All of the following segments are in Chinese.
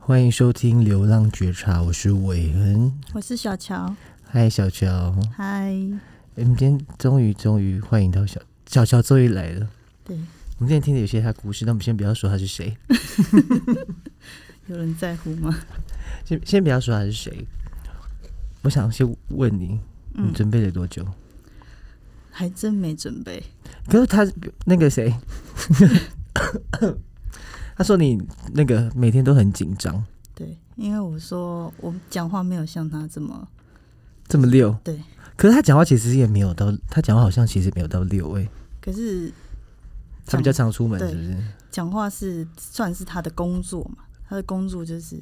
欢迎收听《流浪觉察》，我是伟恩。我是小乔，嗨，小乔，嗨，诶我们今天终于终于欢迎到小小乔，终于来了。对，我们今天听的有些他故事，但我们先不要说他是谁，有人在乎吗？先先不要说他是谁。我想先问你，你嗯，准备了多久？还真没准备。可是他那个 谁，他说你那个每天都很紧张，对，因为我说我讲话没有像他这么，这么溜。对。可是他讲话其实也没有到，他讲话好像其实没有到六哎、可是他比较常出门对是不是？讲话是算是他的工作嘛，他的工作就是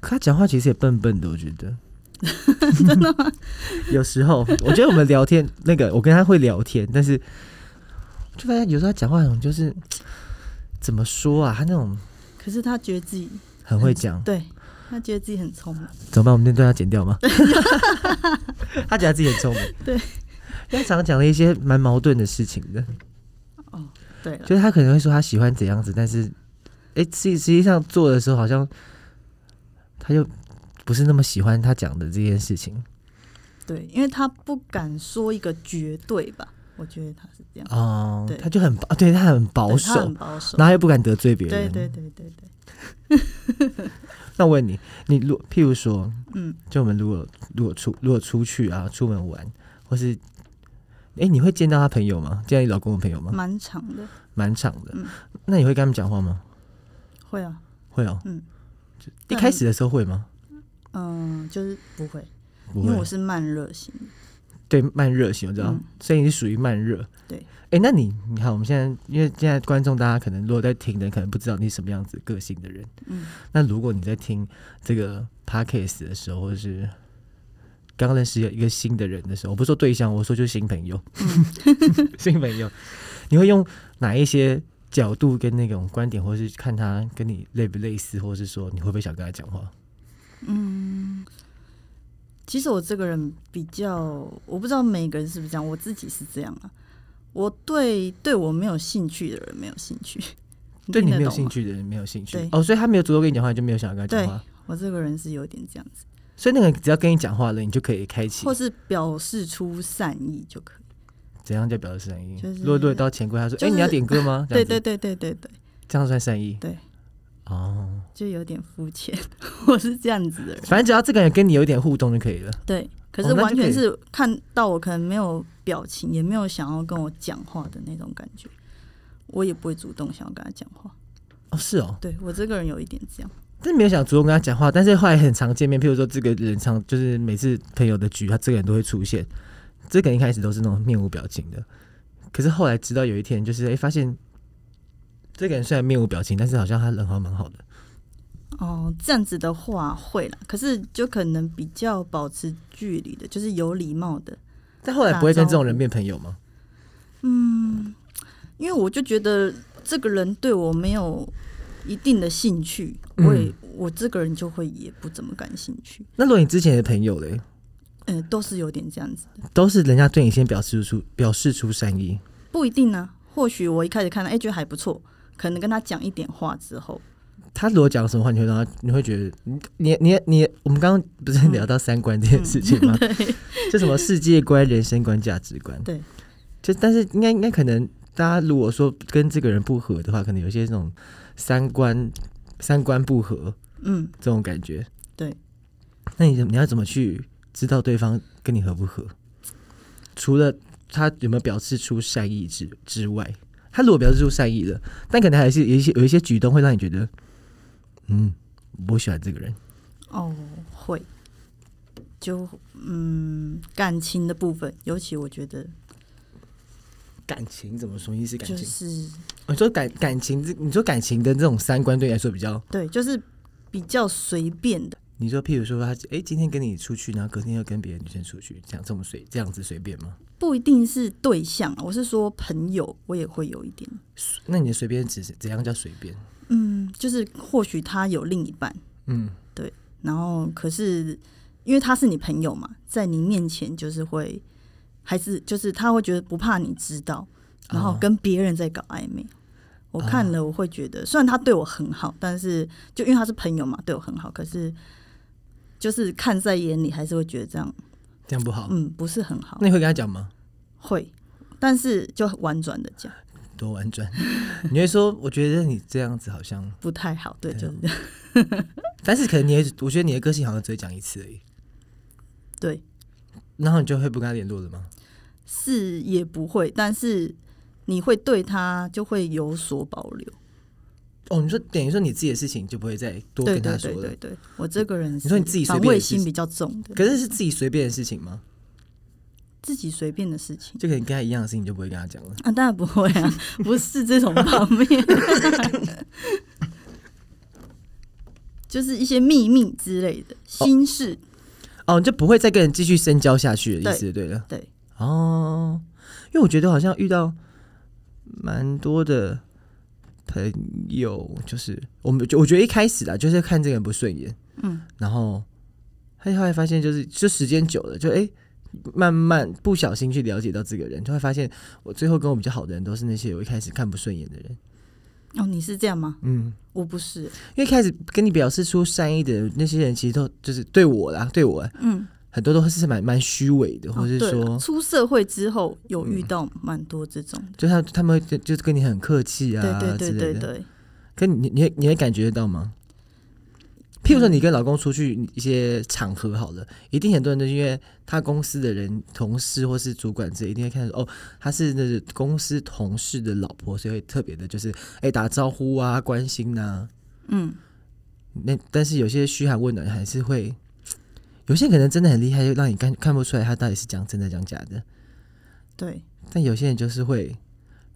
可他讲话其实也笨笨的，我觉得。 有时候我觉得我们聊天，那个我跟他会聊天，但是就发现有时候他讲话那种就是怎么说啊，他那种可是他觉得自己很会讲，对，他觉得自己很聪明，怎么办？我们那段要剪掉吗？ 他觉得自己很聪明，对，因为他常常讲了一些蛮矛盾的事情的，对了，就是他可能会说他喜欢怎样子，但是哎、实实际上做的时候好像他就不是那么喜欢他讲的这件事情。对，因为他不敢说一个绝对吧，我觉得他是这样，哦对，他就很保，对他很保对他守很，保守然后，他又不敢得罪别人。对对对对对，那我问你，你如譬如说，嗯，就我们如果如果出如果出去啊，出门玩，或是，哎、你会见到他朋友吗？见到你老公的朋友吗？蛮长的，蛮长的。嗯那你会跟他们讲话吗？会啊，会哦。嗯就。一开始的时候会吗？嗯、就是不会，不因为会我。是慢热型的，对，慢热型，我知道，嗯所以你是属于慢热。对。哎、那你你看，我们现在因为现在观众大家可能如果在听的，可能不知道你是什么样子个性的人。嗯。那如果你在听这个 podcast 的时候，或者是刚认识一个新的人的时候，我不是说对象，我说就是新朋友，嗯 新朋友，你会用哪一些角度跟那种观点，或是看他跟你类不类似，或是说你会不会想跟他讲话？嗯，其实我这个人比较，我不知道每个人是不是这样，我自己是这样啊。我对对我没有兴趣的人没有兴趣，对你听得没有懂兴吗？趣的人没有兴趣对哦，所以他没有主动跟你讲话，你就没有想要跟他讲话。我这个人是有点这样子，所以那个只要跟你讲话了，你就可以开启或是表示出善意就可以。怎样叫表示善意？就是如果对到钱柜，他说：“哎、就是你要点歌吗？”对这对样子对对对对，这样算善意。对，哦，就有点肤浅，我是这样子的人。反正只要这个人跟你有一点互动就可以了。对，可哦那是就完可以全是看到我可能没有表情，也没有想要跟我讲话的那种感觉，我也不会主动想要跟他讲话。哦，是哦，对我这个人有一点这样，但是没有想主动跟他讲话，但是后来很常见面。譬如说，这个人常就是每次朋友的局，他这个人都会出现。这个人一开始都是那种面无表情的，可是后来直到有一天，就是哎、发现这个人虽然面无表情，但是好像他人好像蛮好的。哦，这样子的话会啦，可是就可能比较保持距离的，就是有礼貌的。但后来不会跟这种人变朋友吗？嗯，因为我就觉得这个人对我没有一定的兴趣，嗯我也、我这个人就会也不怎么感兴趣。那如果你之前的朋友嘞，嗯、都是有点这样子的，都是人家对你先表示出表示出善意，不一定呢、或许我一开始看到，哎、觉得还不错，可能跟他讲一点话之后，他如果讲什么话，你会让他，你会觉得你你你你，我们刚刚不是嗯聊到三观这件事情吗？ 就什么世界观、人生观、价值观。对，就但是应该应该可能大家如果说跟这个人不合的话，可能有些这种三观三观不合嗯，这种感觉。对，那你你要怎么去知道对方跟你合不合？除了他有没有表示出善意之之外，他如果表示出善意了，但可能还是有一些有一些举动会让你觉得，嗯，我喜欢这个人。哦，会，就嗯，感情的部分，尤其我觉得感情怎么说？意思感就情？是。你说感感情这，你说感情的这种三观对你来说比较，对，就是比较随便的，你说譬如说他哎、今天跟你出去，然后隔天又跟别的女生出去，这样这么随这样子随便吗？不一定是对象啊。我是说朋友，我也会有一点，那你的随便指是怎样叫随便？嗯，就是或许他有另一半，嗯，然后可是因为他是你朋友嘛，在你面前就是会，还是就是他会觉得不怕你知道，然后哦跟别人在搞暧昧。我看了我会觉得，虽然他对我很好，但是就因为他是朋友嘛，对我很好，可是就是看在眼里，还是会觉得这样，这样不好。嗯，不是很好那。你会跟他讲吗？会，但是就婉转的讲，多婉转， 你会说，我觉得你这样子好像，不太好。对，对就是但是可能你也，我觉得你的个性好像只会讲一次而已，对，然后你就会不跟他联络了吗？是也不会，但是你会对他就会有所保留。哦，你说等于说你自己的事情就不会再多对跟对他说对了，对对，我这个人你说你是自己随防便卫的事心比较重的，可是是自己随便的事情吗？自己随便的事情就可能跟他一样的事情就不会跟他讲了。啊，当然不会啊，不是这种方面， 就是一些秘密之类的心事。哦，你就不会再跟人继续深交下去的意思就对了。对，哦，因为我觉得好像遇到蛮多的朋友，就是我们就我觉得一开始啦，就是看这个人不顺眼，嗯，然后他后来发现就是就时间久了，就哎、诶慢慢不小心去了解到这个人，就会发现我最后跟我比较好的人都是那些我一开始看不顺眼的人，哦，你是这样吗？嗯，我不是，因为一开始跟你表示出善意的人那些人，其实都就是对我啦，对我嗯，很多都是蛮蛮虚伪的，哦或者是对了说。出社会之后有遇到蛮多这种的，就他他们就就是跟你很客气啊，对对之类对对的。对，可你你也你也感觉得到吗？譬如说，你跟老公出去一些场合好了，一定很多人都因为他公司的人、同事或是主管之类，一定会看说哦，他是那是公司同事的老婆，所以会特别的就是哎、打招呼啊、关心呐、嗯，那但是有些嘘寒问暖还是会，有些人可能真的很厉害，就让你看看不出来他到底是讲真的讲假的。对，但有些人就是会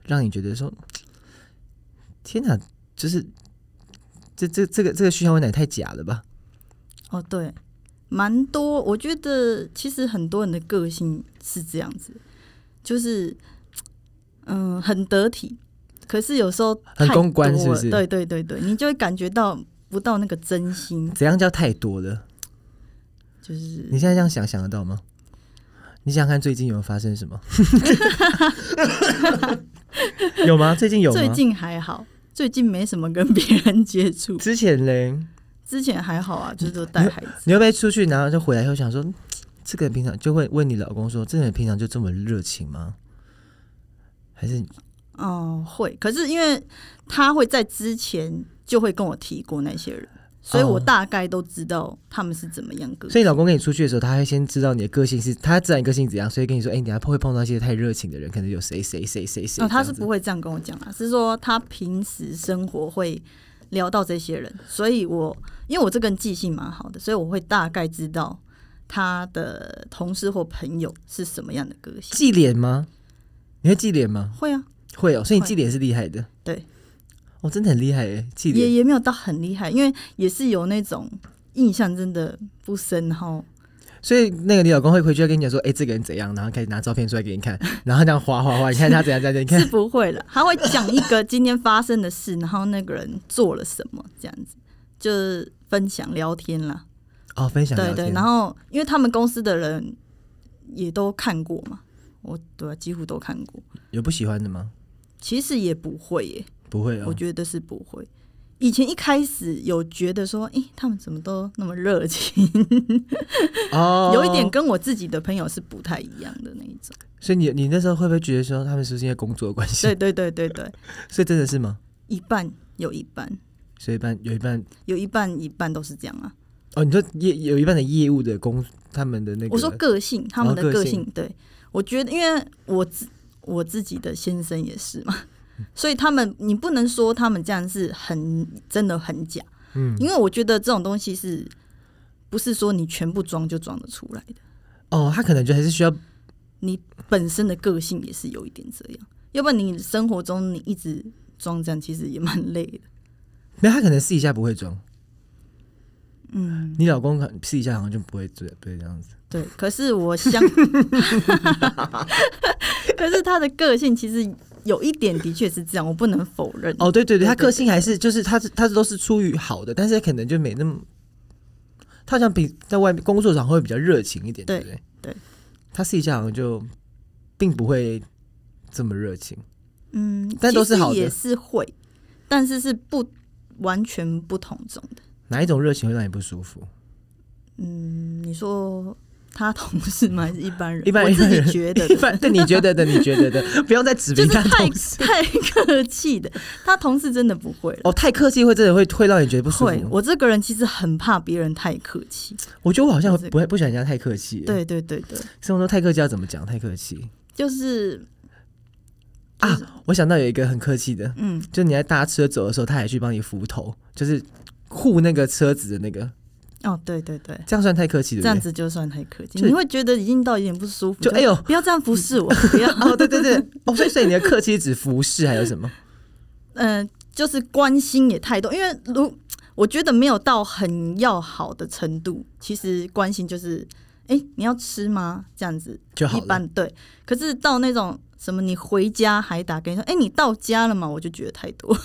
让你觉得说，天哪，就是这这这个这个嘘寒问暖也太假了吧？哦对，蛮多。我觉得其实很多人的个性是这样子，就是嗯很得体，可是有时候很太公关多了是不是对对对对，你就会感觉到不到那个真心，怎样叫太多了？就是你现在这样想想得到吗？你想想看最近有没有发生什么？ 有吗？最近有吗？最近还好，最近没什么跟别人接触，之前嘞，之前还好啊，就是都带孩子，你会不会出去，然后就回来后想说，嗯这个人平常就会问你老公说，这个人平常就这么热情吗？还是哦会，可是因为他会在之前就会跟我提过那些人。所以我哦大概都知道他们是怎么样个性所以老公跟你出去的时候，他会先知道你的个性是，他自然个性怎样，所以跟你说，哎、你等下会碰到一些太热情的人，可能有谁谁谁谁谁。哦，他是这样不会这样跟我讲啊，是说他平时生活会聊到这些人，所以我因为我这个人记性蛮好的，所以我会大概知道他的同事或朋友是什么样的个子性。记脸吗？你会记脸吗？会啊，会哦，所以你会记脸是厉害的。对，哦，真的很厉害哎，记也脸。也没有到很厉害，因为也是有那种印象真的不深，然后所以那个你老公会回去跟你讲说，哎、这个人怎样，然后开始拿照片出来给你看， 然后这样划划划，你看他怎样怎样，你是看不会了。他会讲一个今天发生的事，然后那个人做了什么，这样子就是分享聊天啦。哦，分享对聊对，天然。后因为他们公司的人也都看过嘛，我对啊、几乎都看过。有不喜欢的吗？其实也不会耶，不会哦我，觉得是不会。以前一开始有觉得说，诶，他们怎么都那么热情，哦，有一点。跟我自己的朋友是不太一样的那一种。所以你你那时候会不会觉得说他们是不是因为工作的关系对？对对对对，所以真的是吗？一半有一半，所以一半有一半有一半一半都是这样啊。哦，你说业有一半的业务的工，他们的那个，哦我说个性，他们的个个性性，对我觉得，因为我自我自己的先生也是嘛，嗯 所以他们你不能说他们这样是很真的很假，嗯，因为我觉得这种东西是不是说你全部装就装得出来的，哦，他可能就还是需要你本身的个性也是有一点这样，要不然你生活中你一直装这样，其实也蛮累的。没有，他可能私底下不会装。嗯，你老公可私底下好像就不会这对这样子。对，可是我相， 可是他的个性其实有一点的确是这样，我不能否认。哦，对对对，对他对个性还是就是他是他都是出于好的，但是可能就没那么，他好像比在外面工作上会比较热情一点，对不对？对，他私底下好像就并不会这么热情。嗯，但都是其实好的也是会，但是是不完全不同种的。哪一种热情会让你不舒服？嗯，你说他同事吗？还是一般人？ 一般我一自般人己觉得一的，般对你觉得的，你觉得 的，不用再指就名是他太同事 太客气的，他同事真的不会了。哦，太客气会真的会会让你觉得不舒会，服。我这个人其实很怕别人太客气。我觉得我好像就是不会不喜欢人家太客气。，对对对对，生活中太客气要怎么讲？太客气就是啊！我想到有一个很客气的，嗯，就你在搭车走的时候，他还去帮你扶头，就是护那个车子的那个，哦，对对对，这样算太客气，对这不对样？子就算太客气，就你会觉得已经到有点不舒服。就哎呦不要这样服侍我，不要。哦，对对对， 哦，所以所以你的客气指服饰还有什么？嗯、就是关心也太多，因为如我觉得没有到很要好的程度，其实关心就是，哎、你要吃吗？这样子就好一了般对。可是到那种什么，你回家还打给你说，哎、你到家了吗？我就觉得太多。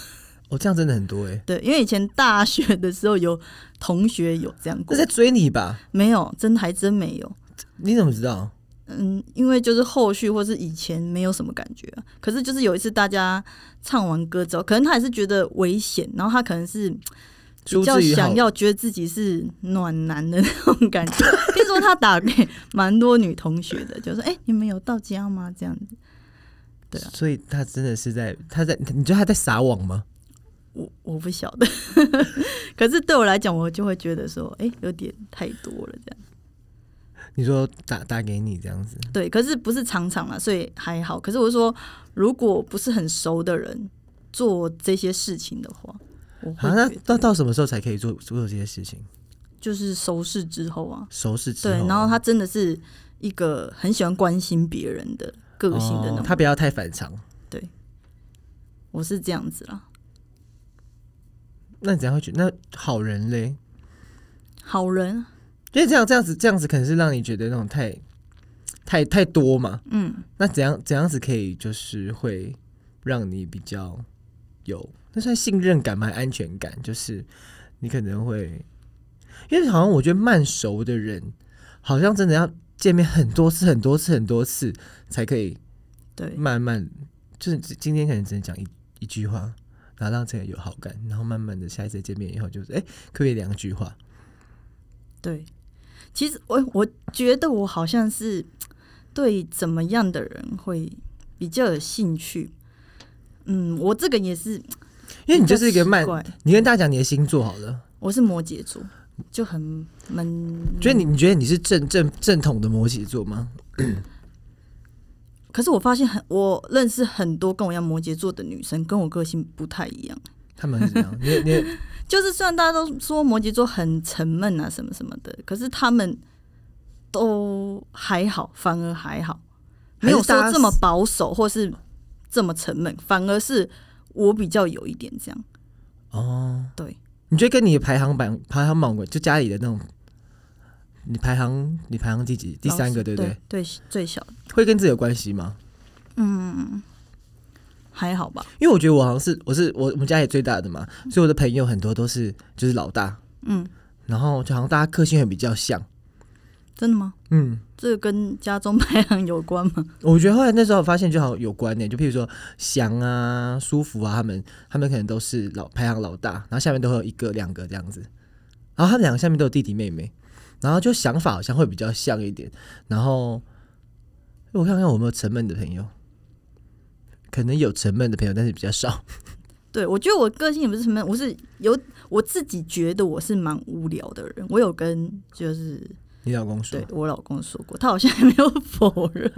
哦，这样真的很多哎、对，因为以前大学的时候有同学有这样过那，在追你吧？没有，真的还真没有。你怎么知道？嗯，因为就是后续或是以前没有什么感觉啊、可是就是有一次大家唱完歌之后，可能他还是觉得危险，然后他可能是比出较自于好想要觉得自己是暖男的那种感觉。听说他打给蛮多女同学的，就说：“哎、你们有到家吗？”这样子，对啊所以他真的是在他在，你觉得他在撒网吗？我我不晓得。 可是对我来讲，我就会觉得说：“哎、有点太多了。”这样你说打打给你这样子，对，可是不是常常啦，所以还好。可是我是说，如果不是很熟的人做这些事情的话，我会啊，那觉得到到什么时候才可以做做这些事情？就是熟识之后啊，熟识之对，然后啊他真的是一个很喜欢关心别人的个性的那哦种他不要太反常。我是这样子啦。那你怎样会觉得那好人嘞？好人，因为这样这样子这样子，可能是让你觉得那种太太太多嘛。嗯，那怎样怎样子可以就是会让你比较有那算信任感吗？还是安全感？就是你可能会，因为好像我觉得慢熟的人，好像真的要见面很多次、很多次、很多次才可以对，慢慢，就是今天可能只能讲一一句话，然后让这个有好感，然后慢慢的下一次见面以后就是哎、可不可以两句话？对。其实我我觉得我好像是对怎么样的人会比较有兴趣。嗯，我这个也是，因为你就是一个慢比，较奇怪你跟大家讲你的星座好了，我是摩羯座，就很闷。觉得你你觉得你是正正正统的摩羯座吗？可是我发现很，我认识很多跟我一样摩羯座的女生，跟我个性不太一样。他们是怎 样？你的你的就是虽然大家都说摩羯座很沉闷啊，什么什么的，可是他们都还好，反而还好，没有说这么保守或是这么沉闷，反而是我比较有一点这样。哦，对，你觉得跟你的排行榜排行榜就家里的那种，你排行你排行第几？第三个对不对对？？对，最小的会跟这有关系吗？还好吧？因为我觉得我好像是我是我我们家里最大的嘛，所以我的朋友很多都是就是老大，嗯，然后就好像大家个性也比较像，真的吗？嗯。这个跟家中排行有关吗？ 我觉得后来那时候发现就好像有关联，就譬如说翔啊、舒服啊，他们他们可能都是老排行老大，然后下面都会有一个两个这样子，然后他们两个下面都有弟弟妹妹，然后就想法好像会比较像一点。然后我看看我有没有沉闷的朋友，可能有沉闷的朋友，但是比较少。对，我觉得我个性也不是什么，我是有我自己觉得我是蛮无聊的人。我有跟就是你老公说对，我老公说过，他好像也 没有否认，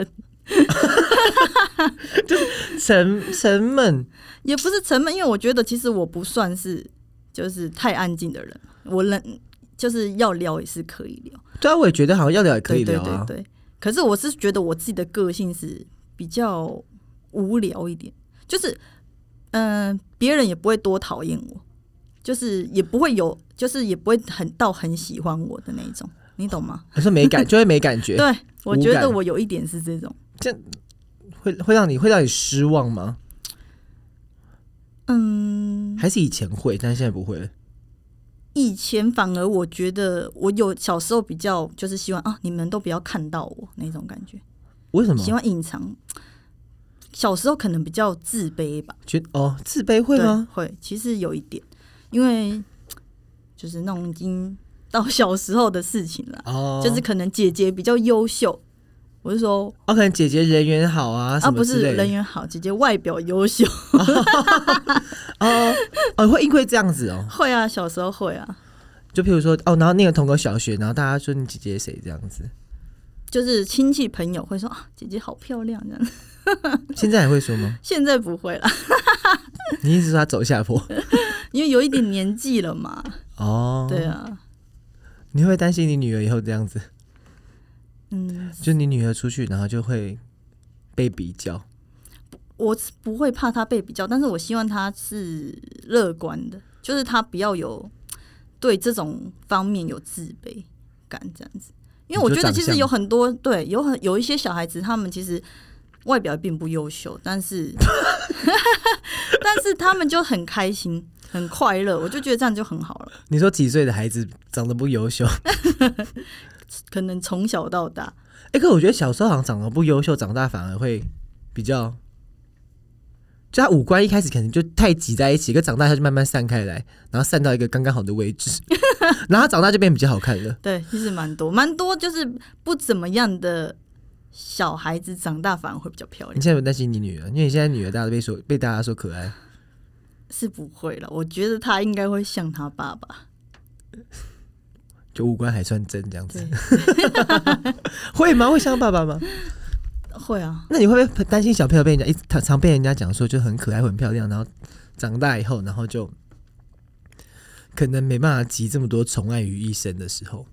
沉沉闷，也不是沉闷，因为我觉得其实我不算是就是太安静的人，我能就是要聊也是可以聊，对啊，我也觉得好像要聊也可以聊啊。对对对对。可是我是觉得我自己的个性是比较无聊一点，就是嗯，呃别、人也不会多讨厌我，就是也不会有，就是也不会很到很喜欢我的那一种，你懂吗？我说没感，就会没感觉，对，我无觉感得我有一点是这种。会会让你会让你失望吗？嗯，还是以前会，但是现在不会了。以前反而我觉得我有小时候比较就是希望啊，你们都不要看到我那种感觉，为什么？喜欢隐藏。小时候可能比较自卑吧，觉得哦，自卑会对吗？？会，其实有一点，因为就是那种已经到小时候的事情了，哦，就是可能姐姐比较优秀，我是说哦，可能姐姐人缘好啊，啊，什不么是之类的人缘好，姐姐外表优秀， 哦哦，会因为这样子哦，会啊，小时候会啊，就譬如说哦，然后念了同个小学，然后大家说你姐姐谁这样 子，就是亲戚朋友会说啊，姐姐好漂亮这样，现在还会说吗？现在不会了，你一直说她走下 坡因为有一点年纪了嘛，哦，对，啊，你会不会担心你女儿以后这样子，嗯，就你女儿出去，然后就会被比较，我是不会怕他被比较，但是我希望他是乐观的，就是他不要有对这种方面有自卑感这样子。因为我觉得其实有很多对有很有一些小孩子，他们其实外表并不优秀，但是但是他们就很开心、很快乐，我就觉得这样就很好了。你说几岁的孩子长得不优秀， 可能从小到大，哎、可我觉得小时候好像长得不优秀，长大反而会比较，就他五官一开始可能就太挤在一起，可长大他就慢慢散开来，然后散到一个刚刚好的位置，然后他长大就变比较好看了。对，其实蛮多蛮多，就是不怎么样的小孩子长大反而会比较漂亮你。现在有没有担心你女儿？因为你现在女儿大家都被说被大家说可爱，是不会了，我觉得他应该会像他爸爸。就五官还算正这样子，对，会吗？会像爸爸吗？ 会啊，那你会不会担心小朋友被人家一常常被人家讲说就很可爱、很漂亮，然后长大以后，然后就可能没办法集这么多宠爱于一身的时候？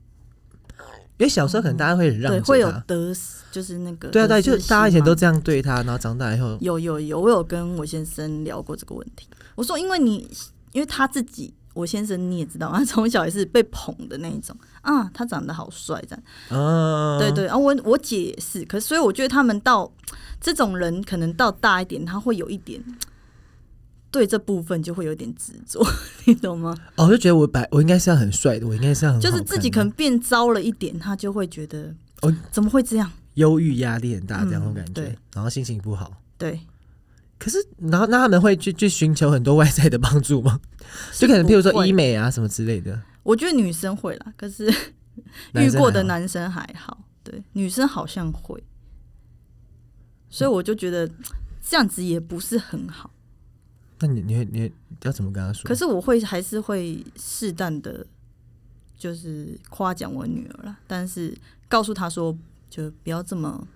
因为小时候可能大家会很让嗯对，着会有他，得失，就是那个对啊，得对，失就心大家以前嘛都这样对他，然后长大以后，有有有，我有跟我先生聊过这个问题。我说，因为你，因为他自己，我先生你也知道，他从小也是被捧的那一种啊，他长得好帅这样。嗯，对，对啊，我我姐也是，可是所以我觉得他们到这种人，可能到大一点，他会有一点。对这部分就会有点执着， 你懂吗？哦，我就觉得我白，我应该是要很帅的，我应该是要很就好是看自己的可能变糟了一点，他就会觉得哦，怎么会这样？忧郁、压力很大这样的嗯感觉，对然后心情不好。对，可是，然后那他们会去去寻求很多外在的帮助吗？就可能譬如说医美，美啊什么之类的。我觉得女生会啦，可是遇 男生过的还好男生还好，对，女生好像会，所以我就觉得这样子也不是很好。那你你会你会要怎么跟他说？可是我会还是会适当的，就是夸奖我女儿啦，但是告诉她说，就不要这么。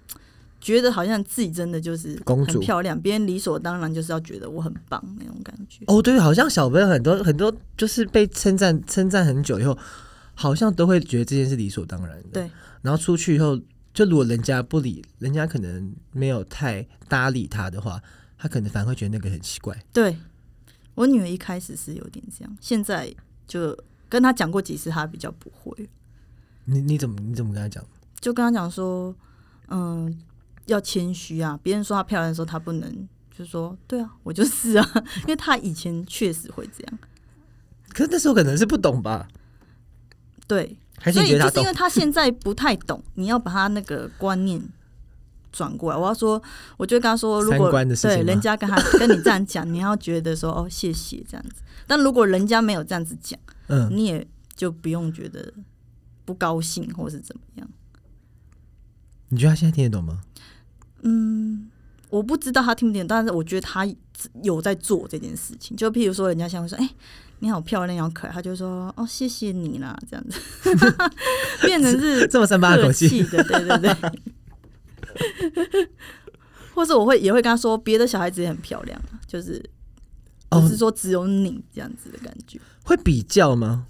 觉得好像自己真的就是公很主漂亮，别人理所当然就是要觉得我很棒那种感觉。哦，对，好像小朋友很多很多就是被称赞称赞很久以后，好像都会觉得这件事理所当然的。对，然后出去以后，就如果人家不理，人家可能没有太搭理他的话，他可能反而会觉得那个很奇怪。对我女儿一开始是有点这样，现在就跟她讲过几次，她比较不会，你你怎么你怎么跟他讲？就跟她讲说，嗯，要谦虚啊。别人说她漂亮的时候，她不能就说对啊，我就是啊， 因为她以前确实会这样。可是那时候可能是不懂吧，对，还是所你以觉得就他是因懂为？她现在不太懂，你要把她那个观念。转过来，我要说，我就跟她说，如三果观的事情对吗人家跟她跟你这样讲，你要觉得说哦谢谢这样子。但如果人家没有这样子讲，嗯，你也就不用觉得不高兴或是怎么样。你觉得他现在听得懂吗？嗯，我不知道他听不听得懂，但是我觉得他有在做这件事情。就譬如说，人家想说：“哎、你好漂亮，你好可爱。”他就说：“哦，谢谢你啦。”这样子 变成 是这么三八的客口气，气的，对对对。 或是我会也会跟他说，别的小孩子也很漂亮啊，就是哦不是说只有你这样子的感觉。会比较吗？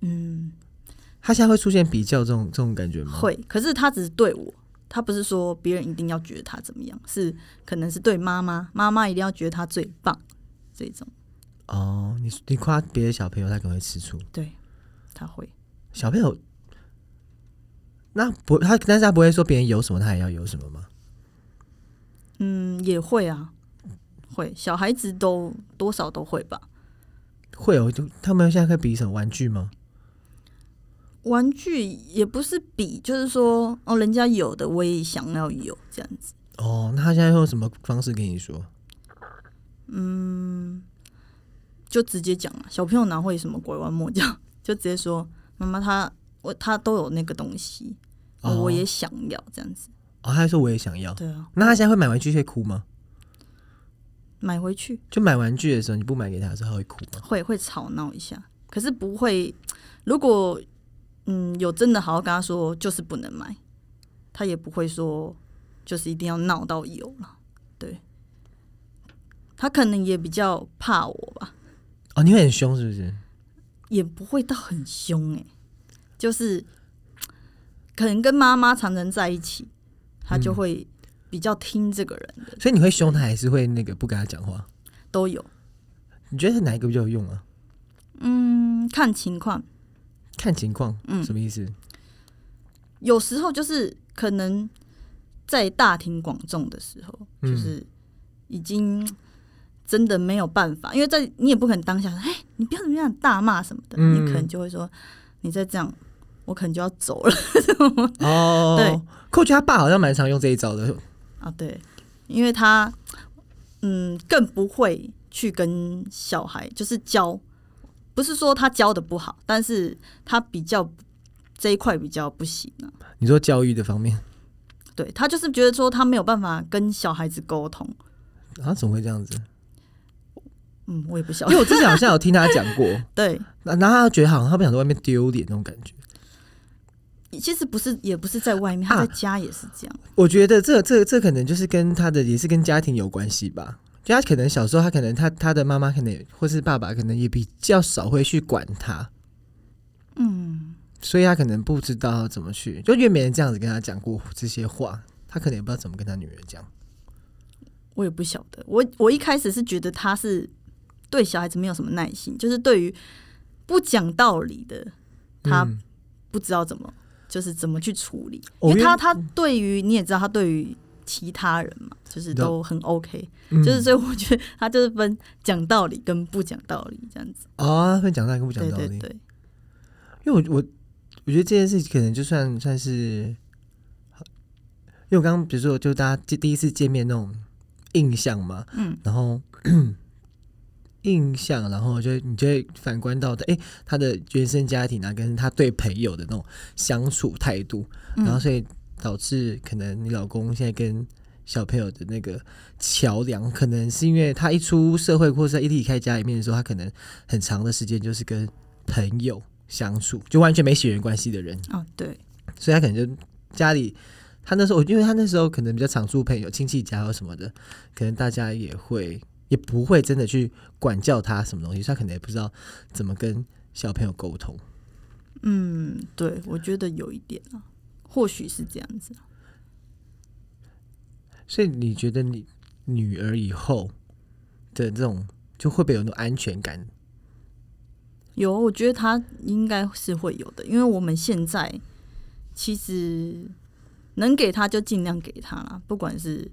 嗯，他现在会出现比较这种这种感觉吗？会，可是他只是对我，他不是说别人一定要觉得他怎么样，是可能是对妈妈，妈妈一定要觉得他最棒这种，哦，你你夸别的小朋友，他可能会吃醋。对，他会，小朋友，那不他，但是他不会说别人有什么，他也要有什么吗？嗯，也会啊，会，小孩子都多少都会吧。会有，就他们现在会比什么玩具吗？玩具也不是比，就是说哦，人家有的我也想要有这样子，哦，那他现在用什么方式跟你说？就直接讲啊了。小朋友哪会什么拐弯抹角，就直接说 妈妈他我他都有那个东西，哦我也想要这样子。哦，他还说我也想要。对啊，那他现在会买玩具会哭吗？买回去就买玩具的时候，你不买给他的时候，他会哭吗？会会吵闹一下，可是不会。如果嗯有真的好好跟他说，就是不能买，他也不会说就是一定要闹到有了。对，他可能也比较怕我吧。哦，你会很凶是不是？也不会到很凶哎、就是可能跟妈妈常常在一起，他就会比较听这个人的，所以你会凶他，还是会那个不跟他讲话？都有。你觉得哪一个比较有用啊？嗯，看情况，看情况，嗯什么意 思？有时候就是可能在大庭广众的时候，嗯就是已经真的没有办法，因为在你也不可能当下说，哎、你不要怎么样大骂什么的，嗯你可能就会说，你再这样，我可能就要走了 哦，对。可我觉得他爸好像蛮常用这一招的，啊，对，因为他嗯更不会去跟小孩就是教，不是说他教的不好，但是他比较这一块比较不行啊。你说教育的方面对他就是觉得说他没有办法跟小孩子沟通，啊，怎么会这样 子？嗯，我也不晓因为得。我之前好像有听他讲过，对，那然后他觉得好像他不想在外面丢脸那种感觉。其实不是，也不是在外面，他啊在家也是这样。我觉得这这这可能就是跟他的也是跟家庭有关系吧。就他可能小时候，他可能他他的妈妈可能或是爸爸可能也比较少会去管他，嗯，所以他可能不知道怎么去，就因为没人这样子跟他讲过这些话，他可能也不知道怎么跟他女儿讲。我也不晓得。我我一开始是觉得他是对小孩子没有什么耐心，就是对于不讲道理的他嗯不知道怎么就是怎么去处理，哦因为他因为他对于你也知道，他对于其他人嘛，就是都很 OK，嗯就是所以我觉得他就是分讲道理跟不讲道理这样子，哦，他会讲道理跟不讲对道理，对对，因为我我我觉得这件事情可能就算算是，因为我刚刚比如说就大家第第一次见面那种印象嘛，嗯，然后 印象，然后就会你就会反观到的，哎、他的原生家庭啊，跟他对朋友的那种相处态度，嗯然后所以导致可能你老公现在跟小朋友的那个桥梁，可能是因为他一出社会或者一离开家里面的时候，他可能很长的时间就是跟朋友相处，就完全没血缘关系的人，哦对，所以他可能就家里，他那时候，因为他那时候可能比较常住朋友、亲戚家或什么的，可能大家也会也不会真的去管教他什么东西，所以他可能也不知道怎么跟小朋友沟通。嗯对，我觉得有一点啊，或许是这样子啊，所以你觉得你女儿以后的这种，就会不会有那种安全感？有，我觉得他应该是会有的，因为我们现在其实能给他就尽量给他啦，不管是。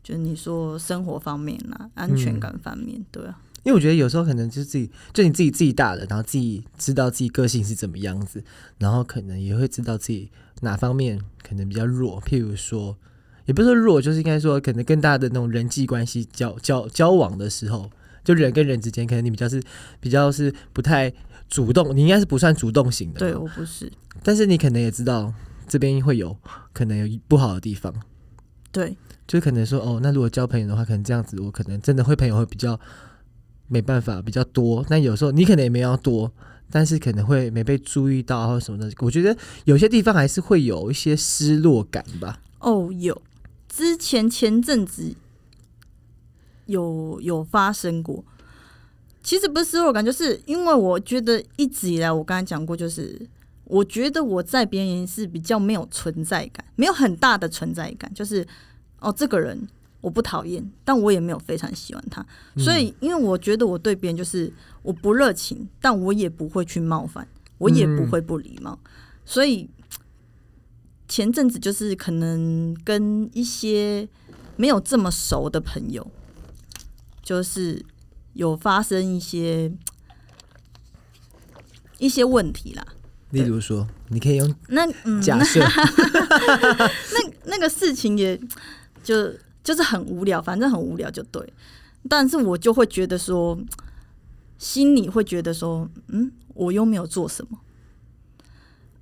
就是你说生活方面啦，安全感方面，对啊，因为我觉得有时候可能就是自己，就你自己自己大了，然后自己知道自己个性是怎么样子，然后可能也会知道自己哪方面可能比较弱，譬如说，也不是说弱，就是应该说可能更大的那种人际关系交交交往的时候，就人跟人之间，可能你比较是比较是不太主动，你应该是不算主动型的，对。我不是，但是你可能也知道这边会有可能有不好的地方，对，就可能说哦，那如果交朋友的话，可能这样子，我可能真的会朋友会比较没办法比较多。那有时候你可能也没有要多，但是可能会没被注意到或什么的。我觉得有些地方还是会有一些失落感吧。哦，有，之前前阵子有有发生过。其实不是失落感，就是因为我觉得一直以来，我刚才讲过，就是我觉得我在别人是比较没有存在感，没有很大的存在感，就是哦，这个人我不讨厌，但我也没有非常喜欢他，所以因为我觉得我对别人就是我不热情，但我也不会去冒犯，我也不会不礼貌，所以前阵子就是可能跟一些没有这么熟的朋友，就是有发生一些一些问题啦。例如说，你可以用那嗯，假设，那个事情也就就是很无聊，反正很无聊就对。但是我就会觉得说，心里会觉得说，嗯，我又没有做什么。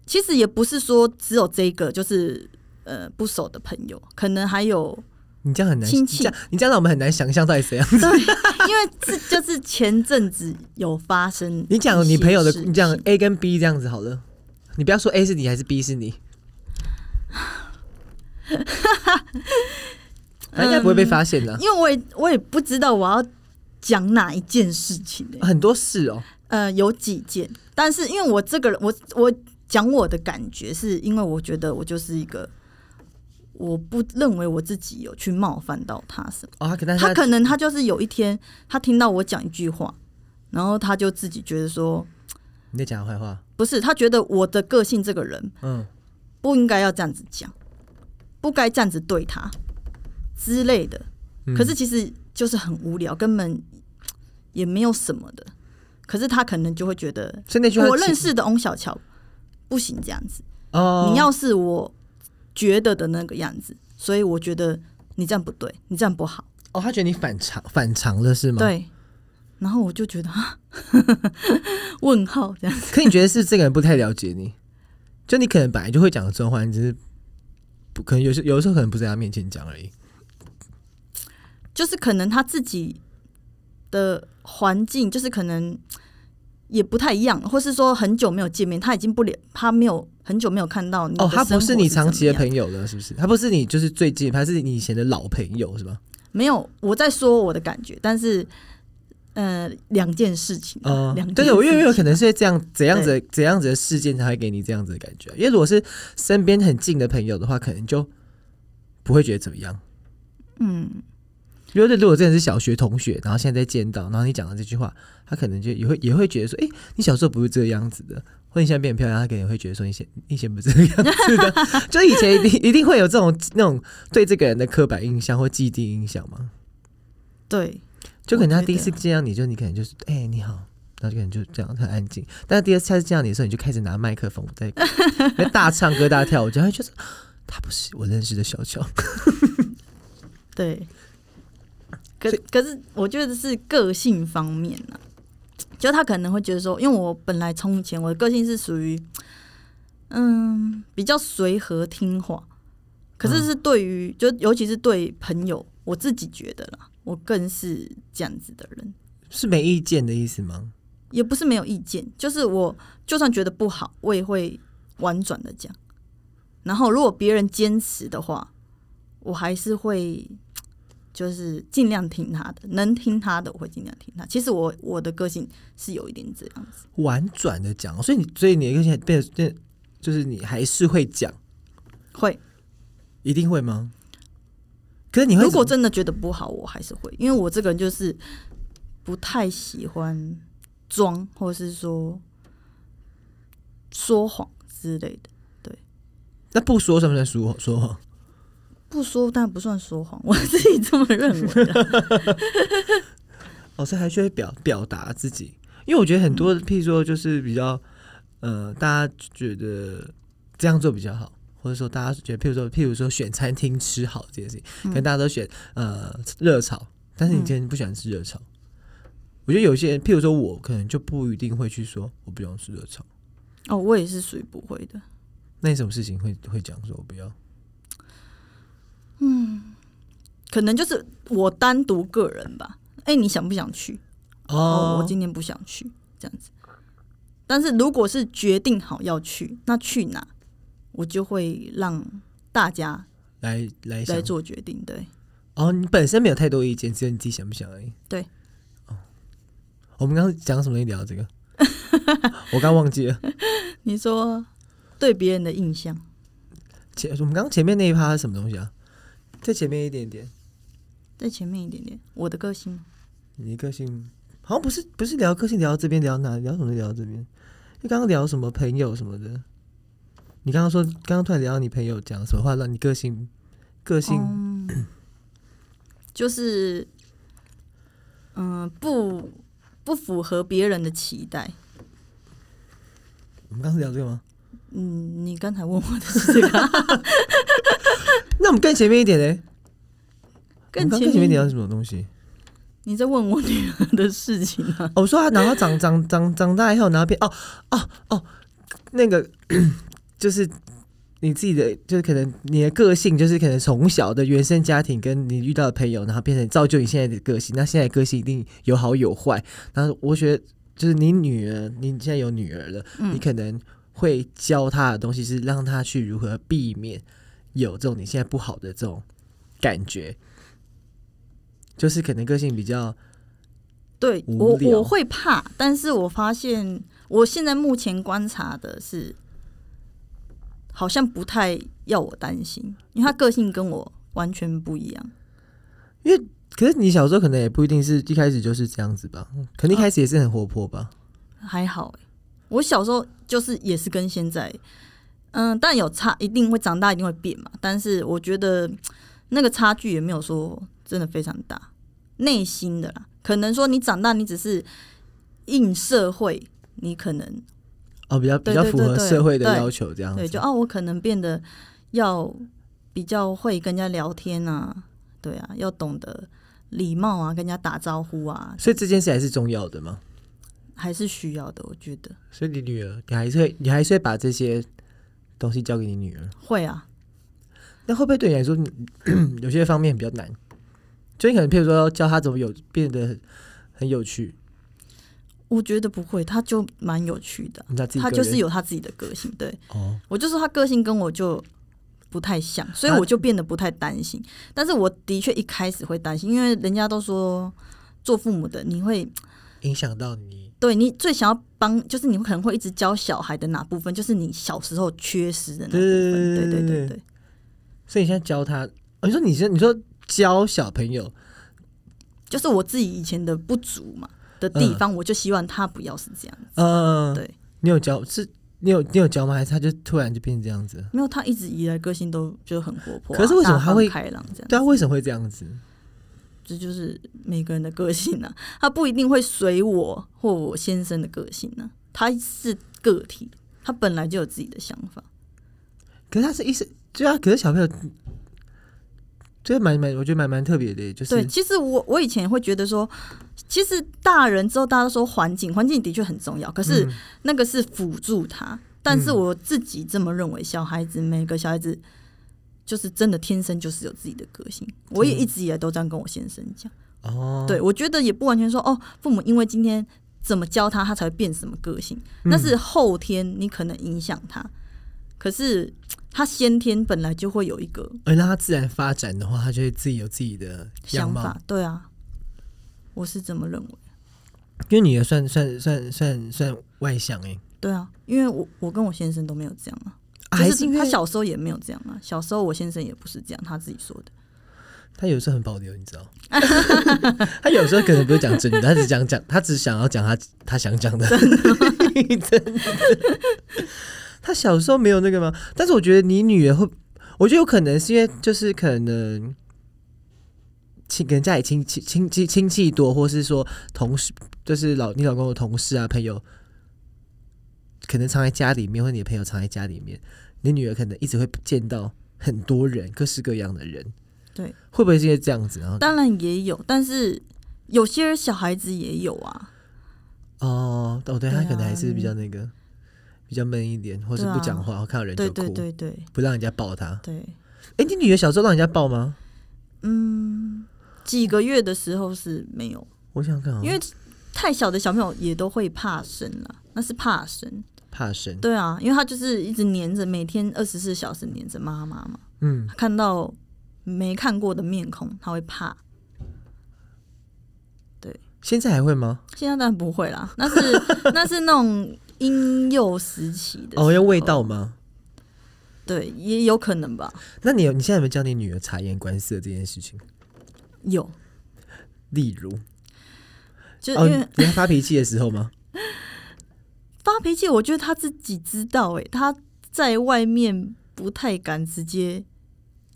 其实也不是说只有这个，就是呃不熟的朋友，可能还有你这样很难，嗯亲你戚这样你这样让我们很难想象到底怎样。对， 因为这就是前阵子有发生。你讲你朋友的，你讲讲 A 跟 B 这样子好了，你不要说 A 是你还是 B 是 你，他应该不会被发现的啊、因为我也我也不知道我要讲哪一件事情、欸、很多事哦、呃，有几件，但是因为我这个人，我我讲我的感觉，是因为我觉得我就是一个，我不认为我自己有去冒犯到他什么。哦，他可能他可能他就是有一天，他听到我讲一句话，然后他就自己觉得说，你在讲他坏话，不是，他觉得我的个性这个人嗯，不应该要这样子讲，不该这样子对他之类的。嗯可是其实就是很无聊，根本也没有什么的。可是他可能就会觉得，所以那句话我认其识的翁小乔不行这样子，哦，你要是我觉得的那个样子，所以我觉得你这样不对，你这样不好，哦，他觉得你反常反常了是吗？。对。然后我就觉得啊， 问号这样子，可你觉得是这个人不太了解你，就你可能本来就会讲真话，你只是不可能有时有的时候可能不在他面前讲而已。就是可能他自己的环境，就是可能也不太一样，或是说很久没有见面，他已经不了，他没有很久没有看到你的哦，他生不活是是你长期的怎么样朋友了，是不是？他不是你就是最近，他是你以前的老朋友是吧？没有，我在说我的感觉，但是呃，两件事情啊，嗯两、件，对，我事因为有情可能是这样怎样子的怎样子的事件才会给你这样子的感觉，因为如果是身边很近的朋友的话，可能就不会觉得怎么样。嗯，因为如果真的是小学同学，然后现在再见到，然后你讲了这句话，他可能就也会也会觉得说，哎、你小时候不是这个样子的，或者你现在变得漂亮，他可能会觉得说你以前你以前不是这个样子的， 就以前一定一定会有这种那种对这个人的刻板印象或既定印象嘛，对，就可能我他觉第一次得见到你就你可能就是，哎、你好。然后就可能就这样很安静，但是第二次见到你的时候，你就开始拿麦克风在 在大唱歌、大跳舞，就他觉得他不是我认识的小乔。对。可所以可是我觉得是个性方面呢、就他可能会觉得说，因为我本来从前我的个性是属于嗯比较随和听话，可是嗯是对于、就尤其是对朋友，我自己觉得啦，我更是这样子的人。是没意见的意思吗？也不是没有意见，就是我就算觉得不好，我也会婉转的讲。然后如果别人坚持的话，我还是会就是尽量听他的，能听他的我会尽量听他。其实我我的个性是有一点这样子，婉转的讲，所以你所以你的个性变得变，就是你还是会讲，会一定会吗？可是你会如果怎真的觉得不好，我还是会，因为我这个人就是不太喜欢装，或是说说谎之类的。么那不说算不算说说谎？不说但不算说谎，我自己这么认为的。哦，所以还是会表表达自己，因为我觉得很多，嗯譬如说就是比较，呃，大家觉得这样做比较好，或者说大家觉得，譬如说譬如说选餐厅吃好这件事情，可能大家都选呃热炒，但是你嗯今天不喜欢吃热炒，我觉得有些人，譬如说我可能就不一定会去说我不用吃热炒，哦，我也是属于不会的。那你什么事情会会讲说我不要？可能就是我单独个人吧。哎、你想不想去？哦，我今天不想去，这样子。但是如果是决定好要去，那去哪，我就会让大家来来来想做决定。对，哦，你本身没有太多意见，只有你自己想不想而已。对哦，我们刚刚讲什么？聊到这个， 我刚忘记了。你说对别人的印象，前我们刚刚前面那一趴是什么东西啊？在前面一点点，在前面一点点，我的个性你的个性好像不是不是聊个性，聊到这边，聊哪聊什么聊到这边？就刚刚聊什么朋友什么的。你刚刚说，刚刚突然聊到你朋友讲什么话，让你个性个性、嗯、就是嗯、不不符合别人的期待。我们刚刚是聊这个吗？嗯，你刚才问我的是这个。那我们更前面一点呢？我更刚前刚前面面讲什么东西？你在问我女儿的事情啊？哦，我说他然后长长长长大以后，然后变哦哦哦，那个就是你自己的，就是可能你的个性，就是可能从小的原生家庭跟你遇到的朋友，然后变成造就你现在的个性。那现在的个性一定有好有坏。然后我觉得，就是你女儿，你现在有女儿了，你嗯可能会教她的东西是让她去如何避免有这种你现在不好的这种感觉。就是可能个性比较对无我聊我会怕，但是我发现我现在目前观察的是，好像不太要我担心，因为他个性跟我完全不一样。可是你小时候可能也不一定是一开始就是这样子吧，可能一开始也是很活泼吧。还好、欸，我小时候就是也是跟现在，嗯，但有差，一定会长大，一定会变嘛。但是我觉得嗯那个差距也没有说真的非常大，内心的啦，可能说你长大，你只是应社会，你可能哦，比较比对较对符对合对社会的对要求这样对，子。就啊，我可能变得要比较会跟人家聊天啊，对啊，要懂得礼貌啊，跟人家打招呼啊，所以这件事还是重要的嘛。还是需要的，我觉得所以你女儿，你还是会，你还是会把这些东西交给你女儿。会啊，那会不会对你来说，你 有些方面比较难？就你可能，譬如说，教她怎么有变得很有趣，我觉得不会，他就蛮有趣的啊。你知道自己他个就人是有他自己的个性，对哦，我就说他个性跟我就不太像，所以他我就变得不太担心。但是我的确一开始会担心，因为人家都说做父母的你会影响到你。对你最想要帮，就是你可能会一直教小孩的哪部分，就是你小时候缺失的那部分。对对对对对对对，所以你现在教她，哦你说你现你说教小朋友，就是我自己以前的不足嘛的地方，我就希望他不要是这样。嗯、对，你有教是，你有你有教吗？还是她就突然就变成这样子？没有，他一直以来个性都就很活泼啊、可是为什么大方他会开朗这样？对啊，为什么会这样子？这就是每个人的个性啊，他不一定会随我或我先生的个性啊，他是个体，他本来就有自己的想法。可是他是一生，对啊，可是小朋友，这蛮蛮，我觉得蛮蛮特别的耶，就是对，其实我我以前会觉得说，其实大人之后大家都说环境，环境的确很重要，可是嗯那个是辅助他。但是嗯我自己这么认为，小孩子每个小孩子就是真的天生就是有自己的个性，我也嗯一直以来都这样跟我先生讲。哦，对，我觉得也不完全说哦，父母因为今天怎么教他，他才会变什么个性，嗯那是后天你可能影响他，可是他先天本来就会有一个而让他自然发展的话，他就会自己有自己的样想貌法。，对啊，我是这么认为，因为女儿算算算算算外向哎、对啊，因为我我跟我先生都没有这样啊，啊就还是因他为小时候也没有这样啊，小时候我先生也不是这样，他自己说的，他有时候很保留，你知道，他有时候可能不是讲真的，他只讲讲，他只想要讲他他想讲的，真的。 他小时候没有那个吗？但是我觉得你女儿会，我觉得有可能是因为就是可能亲跟家里亲戚亲戚亲戚多，或是说同事，就是老你老公的同事啊朋友，可能藏在家里面，或者你的朋友藏在家里面，你女儿可能一直会见到很多人，各式各样的人。对，会不会是因为这样子？然后当然也有，但是有些小孩子也有啊，哦，哦，对对他啊可能还是比较那个，比较闷一点，或是对啊不讲话，然后看到人对就哭，对对对不让人家抱他。对，哎，你女儿小时候让人家抱吗？嗯，几个月的时候是没有。我想想看、哦，因为太小的小朋友也都会怕生了，那是怕生。怕生，对啊，因为他就是一直黏着，每天二十四小时黏着妈妈嘛，嗯，看到没看过的面孔，他会怕。现在还会吗？现在当然不会啦，那是 那是那种婴幼时期的时候哦，要味道，吗？对，也有可能吧。那你有你现在有没有教你女儿察言观色这件事情？有，例如，就哦，因为你在发脾气的时候吗？发脾气，我觉得他自己知道、欸，他在外面不太敢直接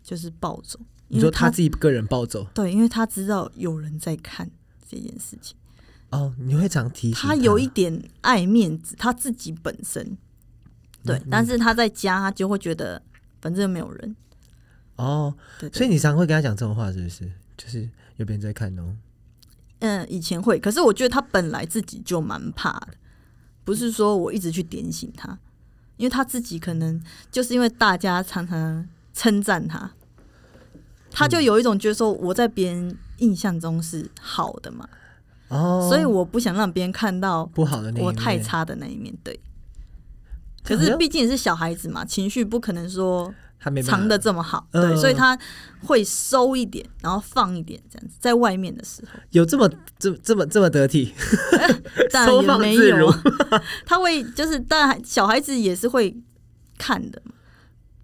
就是暴走，你因说为她自己个人暴走对，因为他知道有人在看这件事情，哦，你会常提醒他有一点爱面子，他自己本身对，嗯但是他在家他就会觉得反正没有人，哦，对对所以你常会跟她讲这种话，是不是？就是有别人在看哦。嗯，以前会，可是我觉得他本来自己就蛮怕的，不是说我一直去点醒他，因为他自己可能就是因为大家常常称赞他，他就有一种觉得说我在别人印象中是好的嘛，哦，所以我不想让别人看到不好的那一面嗯我太，差的那一面。对，可好是像毕竟也是小孩子嘛，情绪不可能说他没办法藏的这么好，嗯对，所以他会收一点，然后放一点，这样子，在外面的时候。有这么这这么这么得体， 当收然也放没自有如啊， 他会就是，但小孩子也是会看的嘛，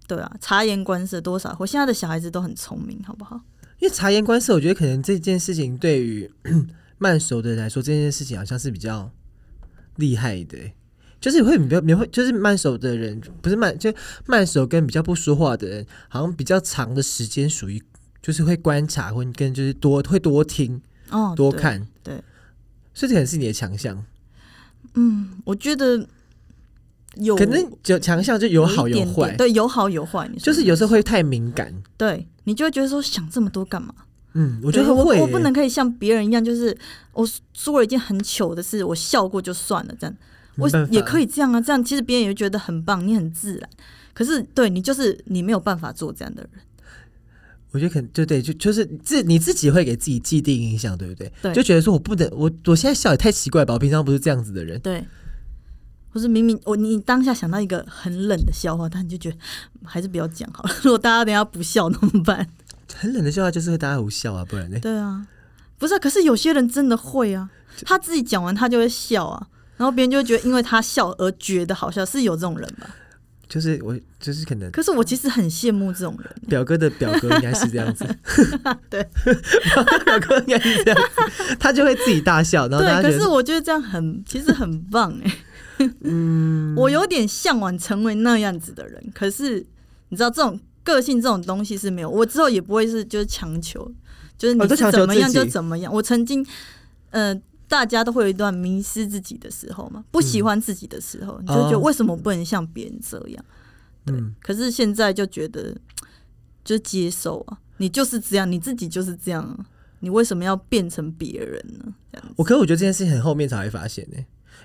对啊，察言观色多少会。现在的小孩子都很聪明，好不好？因为察言观色，我觉得可能这件事情对于 慢熟的人来说，这件事情好像是比较厉害的、就是会比较你会就是慢熟的人，不是慢就慢熟跟比较不说话的人，好像比较长的时间属于就是会观察，或跟就是多会多听哦，多对，看，对所以这可能是你的强项，嗯，我觉得有可能就强项就有好一点坏，点对，有好有坏，你说就是的有时候会太敏感。对你就会觉得说想这么多干嘛？嗯，我我觉得会、我我不能可以像别人一样，就是我做了一件很糗的事，我笑过就算了，这样我也可以，以这样啊，这样其实别人也会觉得很棒，你很自然。可是对你就是你没有办法做这样的人，我觉得可能就对，就就是自你自己会给自己既定印象，对不对？对就觉得说我不能，我我现在笑也太奇怪吧，我平常不是这样子的人。对。或是明明我你当下想到一个很冷的笑话，但你就觉得嗯还是不要讲好了。 如果大家等一下不笑怎么办？很冷的笑话就是会大家无笑啊，不然呢？对啊，不是啊、可是有些人真的会啊，他自己讲完他就会笑啊，然后别人就会觉得因为他笑而觉得好笑，是有这种人吧？就是我就是可能可是我其实很羡慕这种人，表哥的表哥应该是这样子， 对，表哥应该是这样子，他就会自己大笑，然后大家对，可觉是得我觉得这样很，其实很棒哎、嗯， 我有点向往成为那样子的人，可是你知道这种个性这种东西是没有，我之后也不会是就是强求，就是哦你都是强求怎么样自己就怎么样。我曾经，呃，大家都会有一段迷失自己的时候嘛，不喜欢自己的时候，你就觉得哦为什么不能像别人这样？嗯，可是现在就觉得，就接受啊，你就是这样，你自己就是这样啊、你为什么要变成别人呢？这样子我可是我觉得这件事情很后面才会发现呢、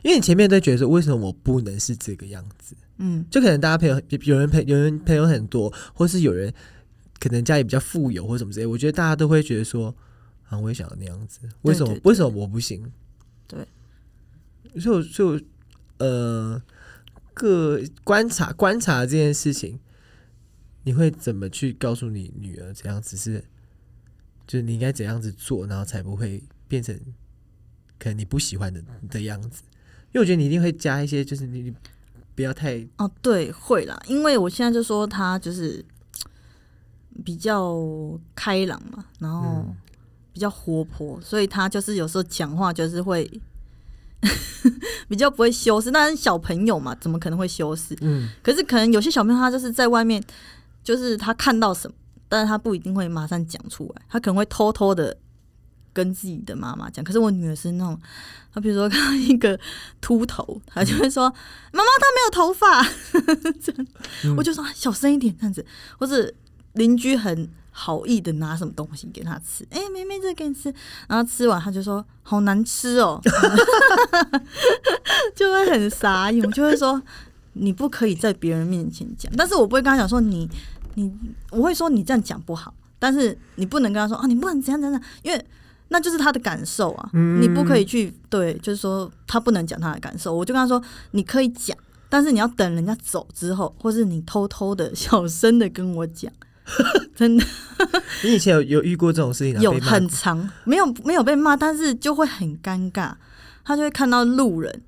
因为你前面都会觉得说为什么我不能是这个样子，嗯，就可能大家朋友有人朋有人朋友很多，或是有人可能家里比较富有或什么之类，我觉得大家都会觉得说，啊，我也想要那样子，为什么对对为什么我不行？对，所以我所以我呃，个观察观察这件事情，你会怎么去告诉你女儿怎样子是，就是你应该怎样子做，然后才不会变成可能你不喜欢的的样子？因为我觉得你一定会加一些，就是你你不要太哦，对，会啦，因为我现在就说他就是比较开朗嘛，然后嗯比较活泼，所以他就是有时候讲话就是会 比较不会修饰。但是小朋友嘛，怎么可能会修饰？嗯。可是可能有些小朋友他就是在外面，就是他看到什么，但是他不一定会马上讲出来，他可能会偷偷的跟自己的妈妈讲。可是我女儿是那种，她比如说看到一个秃头，她就会说：“嗯妈妈，她没有头发。”这样，我就说啊小声一点这样子，或是邻居很。好意的拿什么东西给她吃，哎、妹妹这个给你吃，然后吃完她就说好难吃哦，就会很傻眼，我就会说你不可以在别人面前讲，但是我不会跟他讲说你你，我会说你这样讲不好，但是你不能跟他说啊，你不能怎样怎样，因为那就是他的感受啊，你不可以去对，就是说他不能讲他的感受，我就跟他说你可以讲，但是你要等人家走之后，或是你偷偷的小声的跟我讲，真的你以前有有遇过这种事情、啊？有被骂很长，没有没有被骂，但是就会很尴尬，他就会看到路人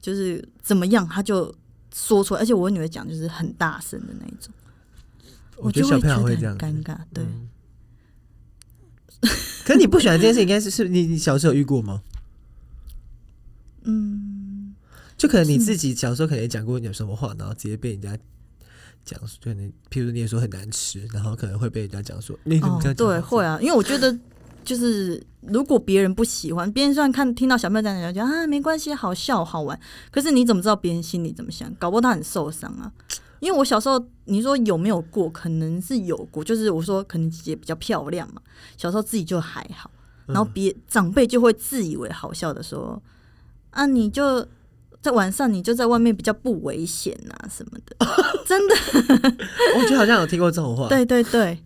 就是怎么样，他就说出来，而且我女儿讲就是很大声的那一种，我觉就得小朋友会觉得会这样很子。尴尬，对。嗯可你不喜欢这件事，应该是是你你小时候有遇过吗？嗯，就可能你自己小时候可能也讲过有什么话，然后直接被人家讲，就可能譬如说你也说很难吃，然后可能会被人家讲说你怎么哦这样，讲话、对，会啊，因为我觉得就是如果别人不喜欢，别人虽然看听到小朋友这样讲，觉得啊没关系，好笑好玩，可是你怎么知道别人心里怎么想？搞不好他很受伤啊。因为我小时候，你说有没有过？可能是有过，就是我说可能姐姐比较漂亮嘛，小时候自己就还好，然后别长辈就会自以为好笑的说：“啊，你就在晚上你就在外面比较不危险啊什么的。”真的，我觉得好像有听过这种话。对对对，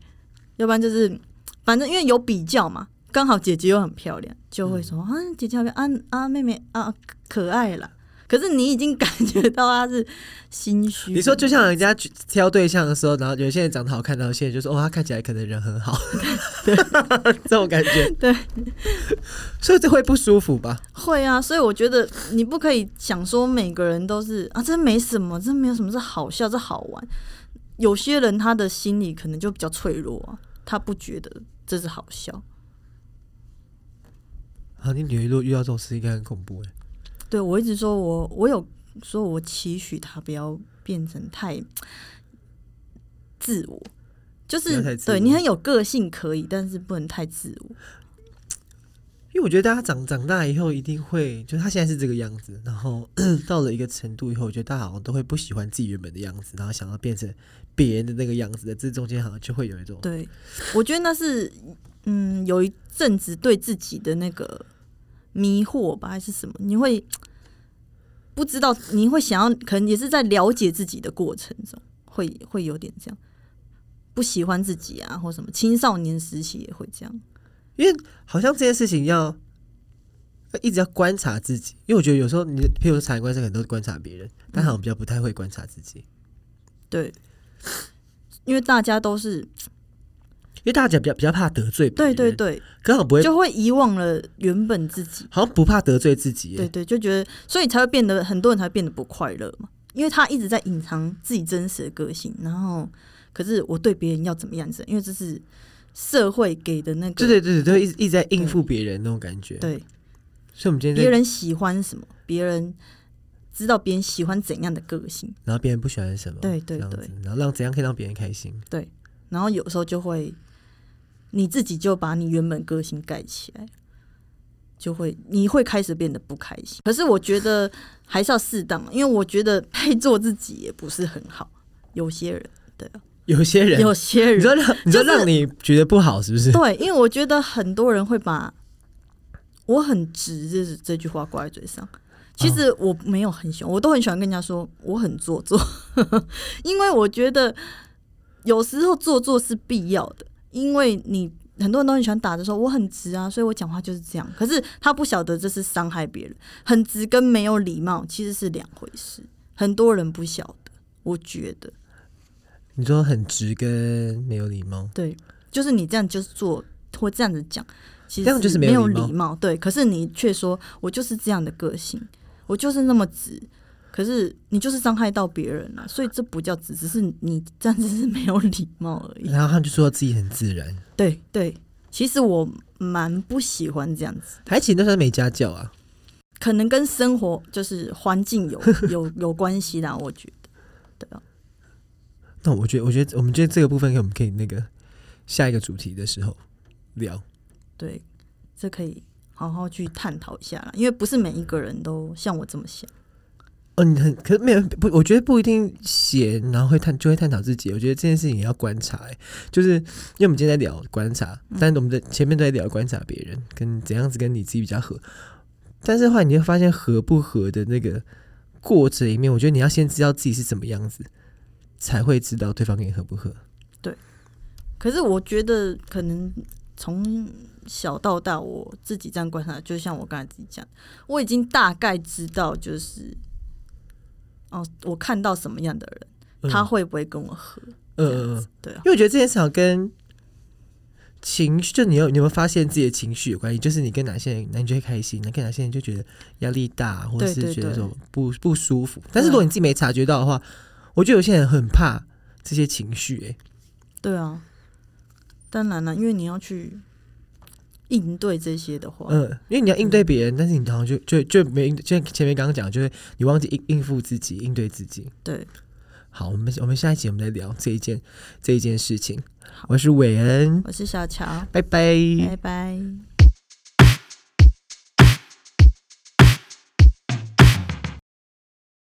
要不然就是反正因为有比较嘛，刚好姐姐又很漂亮，就会说、嗯啊姐姐好漂亮啊啊妹妹啊可爱啦。可是你已经感觉到她是心虚。你说，就像人家去挑对象的时候，然后有些人长得好看，然后有些人就说：“哦，他看起来可能人很好。” 这种感觉，对，所以这会不舒服吧？会啊，所以我觉得你不可以想说每个人都是啊，这没什么，这没有什么是好笑，这好玩。有些人他的心理可能就比较脆弱啊，他不觉得这是好笑。啊，你女儿如果遇到这种事，应该很恐怖哎。对我一直说我我有说我期许他不要变成太自我，就不要是太自对我你很有个性可以，但是不能太自我。因为我觉得大家长长大以后一定会，就是他现在是这个样子，然后 到了一个程度以后，我觉得大家好像都会不喜欢自己原本的样子，然后想要变成别人的那个样子的，这中间好像就会有一种对，我觉得那是嗯，有一阵子对自己的那个迷惑吧，还是什么？你会不知道，你会想要，可能也是在了解自己的过程中，会会有点这样，不喜欢自己啊，或什么。青少年时期也会这样，因为好像这件事情要要一直要观察自己，因为我觉得有时候你，譬如说察言观色，很多观察别人，但好像比较不太会观察自己，对，因为大家都是因为大家比较比较怕得罪别对人，对，对，刚好不会，就会遗忘了原本自己。好像不怕得罪自己欸耶，对对，就觉得，所以才会变得很多人才会变得不快乐嘛，因为他一直在隐藏自己真实的个性，然后可是我对别人要怎么样子，因为这是社会给的那个，对对对对，就一直一直在应付别人那种感觉，对所以我们今天别在，人喜欢什么，别人知道别人喜欢怎样的个性，然后别人不喜欢什么，对对这样对子，然后让怎样可以让别人开心。 然后有时候就会你自己就把你原本个性盖起来。就会你会开始变得不开心，可是我觉得还是要适当，因为我觉得太做自己也不是很好。有些人，对啊，有些人，有些人你说让你说让你觉得不好是不是？对，因为我觉得很多人会把“我很直”这这句话挂在嘴上。其哦实我没有很喜欢，我都很喜欢跟人家说我很做作， 因为我觉得有时候做作是必要的，因为你很多人都很喜欢打着说我很直啊，所以我讲话就是这样。可是他不晓得这是伤害别人，很直跟没有礼貌其实是两回事，很多人不晓得，我觉得你说很直跟没有礼貌，对，就是你这样就是做或这样子讲，其实这样就是没没有礼貌礼貌。对，可是你却说我就是这样的个性，我就是那么直。可是你就是伤害到别人了、所以这不叫直，只是你这样子是没有礼貌而已。然后他就说自己很自然，对对，其实我蛮不喜欢这样子，还请那时候没家教啊。可能跟生活就是环境有 有有关系啦，我觉得。对啊，那我觉得，我觉得我们觉得这个部分可以我们可以那个下一个主题的时候聊。对，这可以好好去探讨一下啦，因为不是每一个人都像我这么想。哦，你很可是没有不，我觉得不一定写，然后会探就会探讨自己。我觉得这件事情也要观察、欸，就是因为我们今天在聊观察，但是我们在前面都在聊观察别人跟怎样子跟你自己比较合，但是后来你会发现合不合的那个过程里面，我觉得你要先知道自己是怎么样子，才会知道对方跟你合不合。可是我觉得，可能从小到大，我自己这样观察，就像我刚才自己讲，我已经大概知道，就是哦，我看到什么样的人，嗯他会不会跟我合？嗯这嗯样嗯子，对啊因，为我觉得这件事情跟情绪，就你有你有没有发现自己的情绪有关系？就是你跟哪些人，你就会开心；，你跟哪些人就觉得压力大，或者对是对觉得对说不不舒服。但是如果你自己没察觉到的话，我觉得有些人很怕这些情绪、欸，对啊，当然啊了，因为你要去应对这些的话，嗯，因为你要应对别人，但是你好像就就就没应，就像前面刚刚讲，就是你忘记应应付自己，应对自己。对，好，我们我们下一集我们再聊这一件这一件事情好。我是伟恩，我是小乔，拜拜拜拜。